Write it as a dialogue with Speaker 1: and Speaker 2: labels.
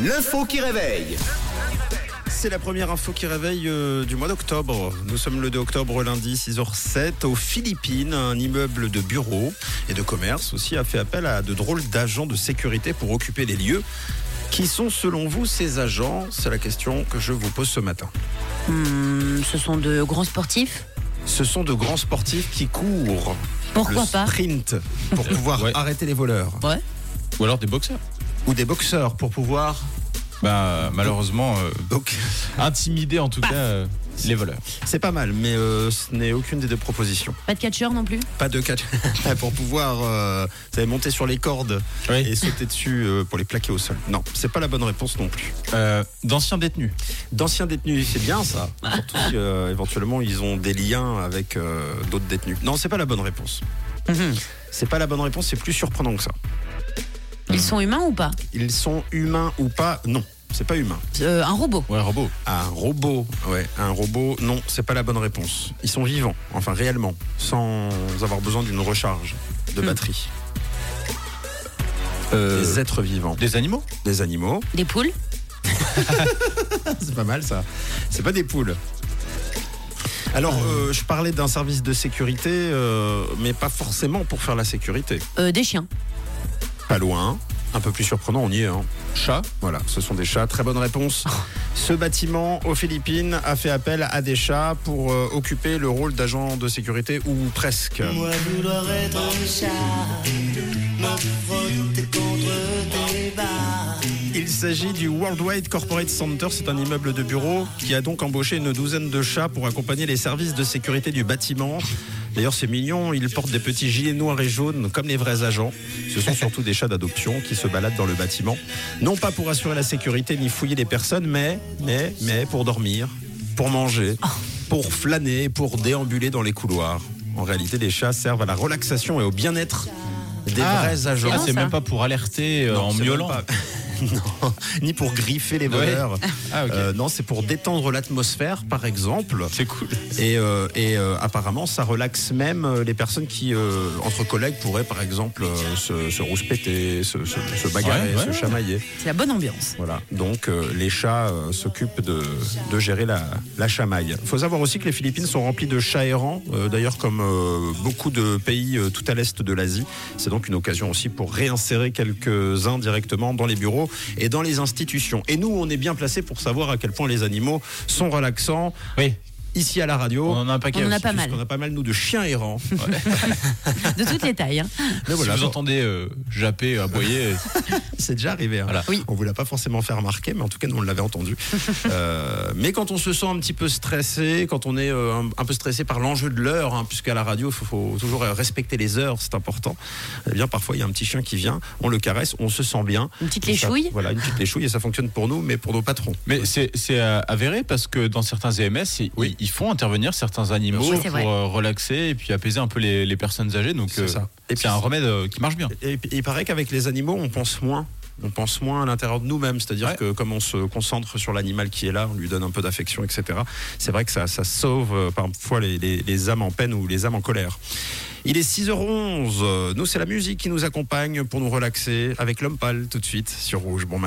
Speaker 1: L'info qui réveille.
Speaker 2: C'est la première info qui réveille euh, du mois d'octobre. Nous sommes le 2 octobre lundi 6h07 aux Philippines. Un immeuble de bureaux et de commerce aussi a fait appel à de drôles d'agents de sécurité pour occuper les lieux. Qui sont selon vous ces agents C'est la question que je vous pose ce matin.
Speaker 3: Hmm, ce sont de grands sportifs.
Speaker 2: Ce sont de grands sportifs qui courent
Speaker 3: Pourquoi
Speaker 2: le
Speaker 3: pas
Speaker 2: sprint pour pouvoir
Speaker 4: ouais.
Speaker 2: arrêter les voleurs
Speaker 3: Ouais.
Speaker 4: Ou alors des boxeurs.
Speaker 2: ou des boxeurs pour pouvoir
Speaker 4: Bah malheureusement, euh,
Speaker 2: donc
Speaker 4: intimider en tout
Speaker 3: Bah.
Speaker 4: cas euh, les voleurs.
Speaker 2: c'est pas mal mais euh, ce n'est aucune des deux propositions.
Speaker 3: Pas de catcheur non plus.
Speaker 2: pas de catch pour pouvoir euh, vous savez, monter sur les cordes
Speaker 4: Oui.
Speaker 2: et sauter dessus euh, pour les plaquer au sol. Non, c'est pas la bonne réponse non plus.
Speaker 4: Euh, D'anciens détenus.
Speaker 2: D'anciens détenus, c'est bien ça. Surtout si, euh, éventuellement ils ont des liens avec euh, d'autres détenus. Non, c'est pas la bonne réponse. C'est pas la bonne réponse, c'est plus surprenant que ça.
Speaker 3: Ils sont humains ou pas
Speaker 2: Ils sont humains ou pas Non, c'est pas humain.
Speaker 3: Euh, Un robot.
Speaker 4: Ouais, robot.
Speaker 2: Un robot, ouais, un robot, non, c'est pas la bonne réponse. Ils sont vivants, enfin réellement, sans avoir besoin d'une recharge de batterie.
Speaker 4: Hmm.
Speaker 2: Des êtres vivants.
Speaker 4: Des animaux
Speaker 2: des animaux.
Speaker 3: Des poules.
Speaker 2: C'est pas mal ça. C'est pas des poules. Alors, euh, je parlais d'un service de sécurité, euh, mais pas forcément pour faire la sécurité.
Speaker 3: Euh, des chiens.
Speaker 2: Pas loin, un peu plus surprenant, on y est. hein.
Speaker 4: Chat
Speaker 2: Voilà, ce sont des chats. Très bonne réponse. Ce bâtiment aux Philippines a fait appel à des chats pour euh, occuper le rôle d'agent de sécurité ou presque.
Speaker 5: Moi vouloir être un chat, me frotter contre tes barres.
Speaker 2: Il s'agit du Worldwide Corporate Center. C'est un immeuble de bureaux qui a donc embauché une douzaine de chats pour accompagner les services de sécurité du bâtiment. D'ailleurs, c'est mignon. Ils portent des petits gilets noirs et jaunes comme les vrais agents. Ce sont surtout des chats d'adoption qui se baladent dans le bâtiment. Non pas pour assurer la sécurité ni fouiller les personnes, mais, mais, mais pour dormir, pour manger, pour flâner, pour déambuler dans les couloirs. En réalité, les chats servent à la relaxation et au bien-être des
Speaker 4: Ah.
Speaker 2: vrais agents.
Speaker 4: Ah,
Speaker 3: non,
Speaker 4: c'est
Speaker 3: ça.
Speaker 4: même pas pour alerter euh,
Speaker 2: Non,
Speaker 4: en
Speaker 2: c'est même
Speaker 4: miaulant.
Speaker 2: pas- non, ni pour griffer les voleurs.
Speaker 4: Ah, ok.
Speaker 2: Euh, non, c'est pour détendre l'atmosphère, par exemple.
Speaker 4: C'est cool.
Speaker 2: Et, euh, et, euh, apparemment, ça relaxe même euh, les personnes qui, euh, entre collègues, pourraient, par exemple, euh, se, se rouspéter, se, se- se bagarrer,
Speaker 4: Ouais, ouais,
Speaker 2: se
Speaker 4: ouais.
Speaker 2: chamailler.
Speaker 3: C'est la bonne ambiance.
Speaker 2: Voilà. Donc, euh, les chats euh, s'occupent de, de gérer la, la chamaille. Il faut savoir aussi que les Philippines sont remplies de chats errants, euh, d'ailleurs, comme euh, beaucoup de pays euh, tout à l'est de l'Asie. C'est donc une occasion aussi pour réinsérer quelques-uns directement dans les bureaux et dans les institutions. Et nous, on est bien placés pour savoir à quel point les animaux sont relaxants.
Speaker 4: Oui,
Speaker 2: Ici à la radio,
Speaker 4: on en a un paquet.
Speaker 3: On en a
Speaker 4: aussi.
Speaker 3: pas mal.
Speaker 2: on a pas mal, nous, de chiens errants.
Speaker 3: De toutes les tailles. hein.
Speaker 2: Mais voilà,
Speaker 4: si vous
Speaker 2: bon,
Speaker 4: entendez euh, japper, aboyer, euh,
Speaker 2: c'est déjà arrivé. hein.
Speaker 4: Voilà.
Speaker 3: Oui.
Speaker 2: On vous l'a pas forcément fait remarquer, mais en tout cas, nous, on l'avait entendu. Euh, mais quand on se sent un petit peu stressé, quand on est euh, un, un peu stressé par l'enjeu de l'heure, hein, puisqu'à la radio, il faut, faut toujours euh, respecter les heures, c'est important, eh bien, parfois, il y a un petit chien qui vient, on le caresse, on se sent bien.
Speaker 3: Une petite
Speaker 2: Et ça-
Speaker 3: léchouille.
Speaker 2: Voilà, une petite léchouille, et ça fonctionne pour nous, mais pour nos patrons.
Speaker 4: Mais c'est c'est, euh, avéré parce que dans certains EMS, ils, ils font intervenir certains animaux
Speaker 3: Oui, c'est
Speaker 4: pour
Speaker 3: vrai.
Speaker 4: euh, relaxer et puis apaiser un peu les, les personnes âgées. Donc
Speaker 2: C'est ça. Et
Speaker 4: c'est
Speaker 2: puis-
Speaker 4: un remède euh, qui marche bien.
Speaker 2: Et, et il paraît qu'avec les animaux, on pense moins. On pense moins à l'intérieur de nous-mêmes, c'est-à-dire
Speaker 4: Ouais.
Speaker 2: que comme on se concentre sur l'animal qui est là, on lui donne un peu d'affection, etc. C'est vrai que ça, ça sauve euh, parfois les, les- les âmes en peine ou les âmes en colère. Il est 6h11, euh, nous c'est la musique qui nous accompagne pour nous relaxer avec l'homme pâle tout de suite sur Rouge. Bon matin.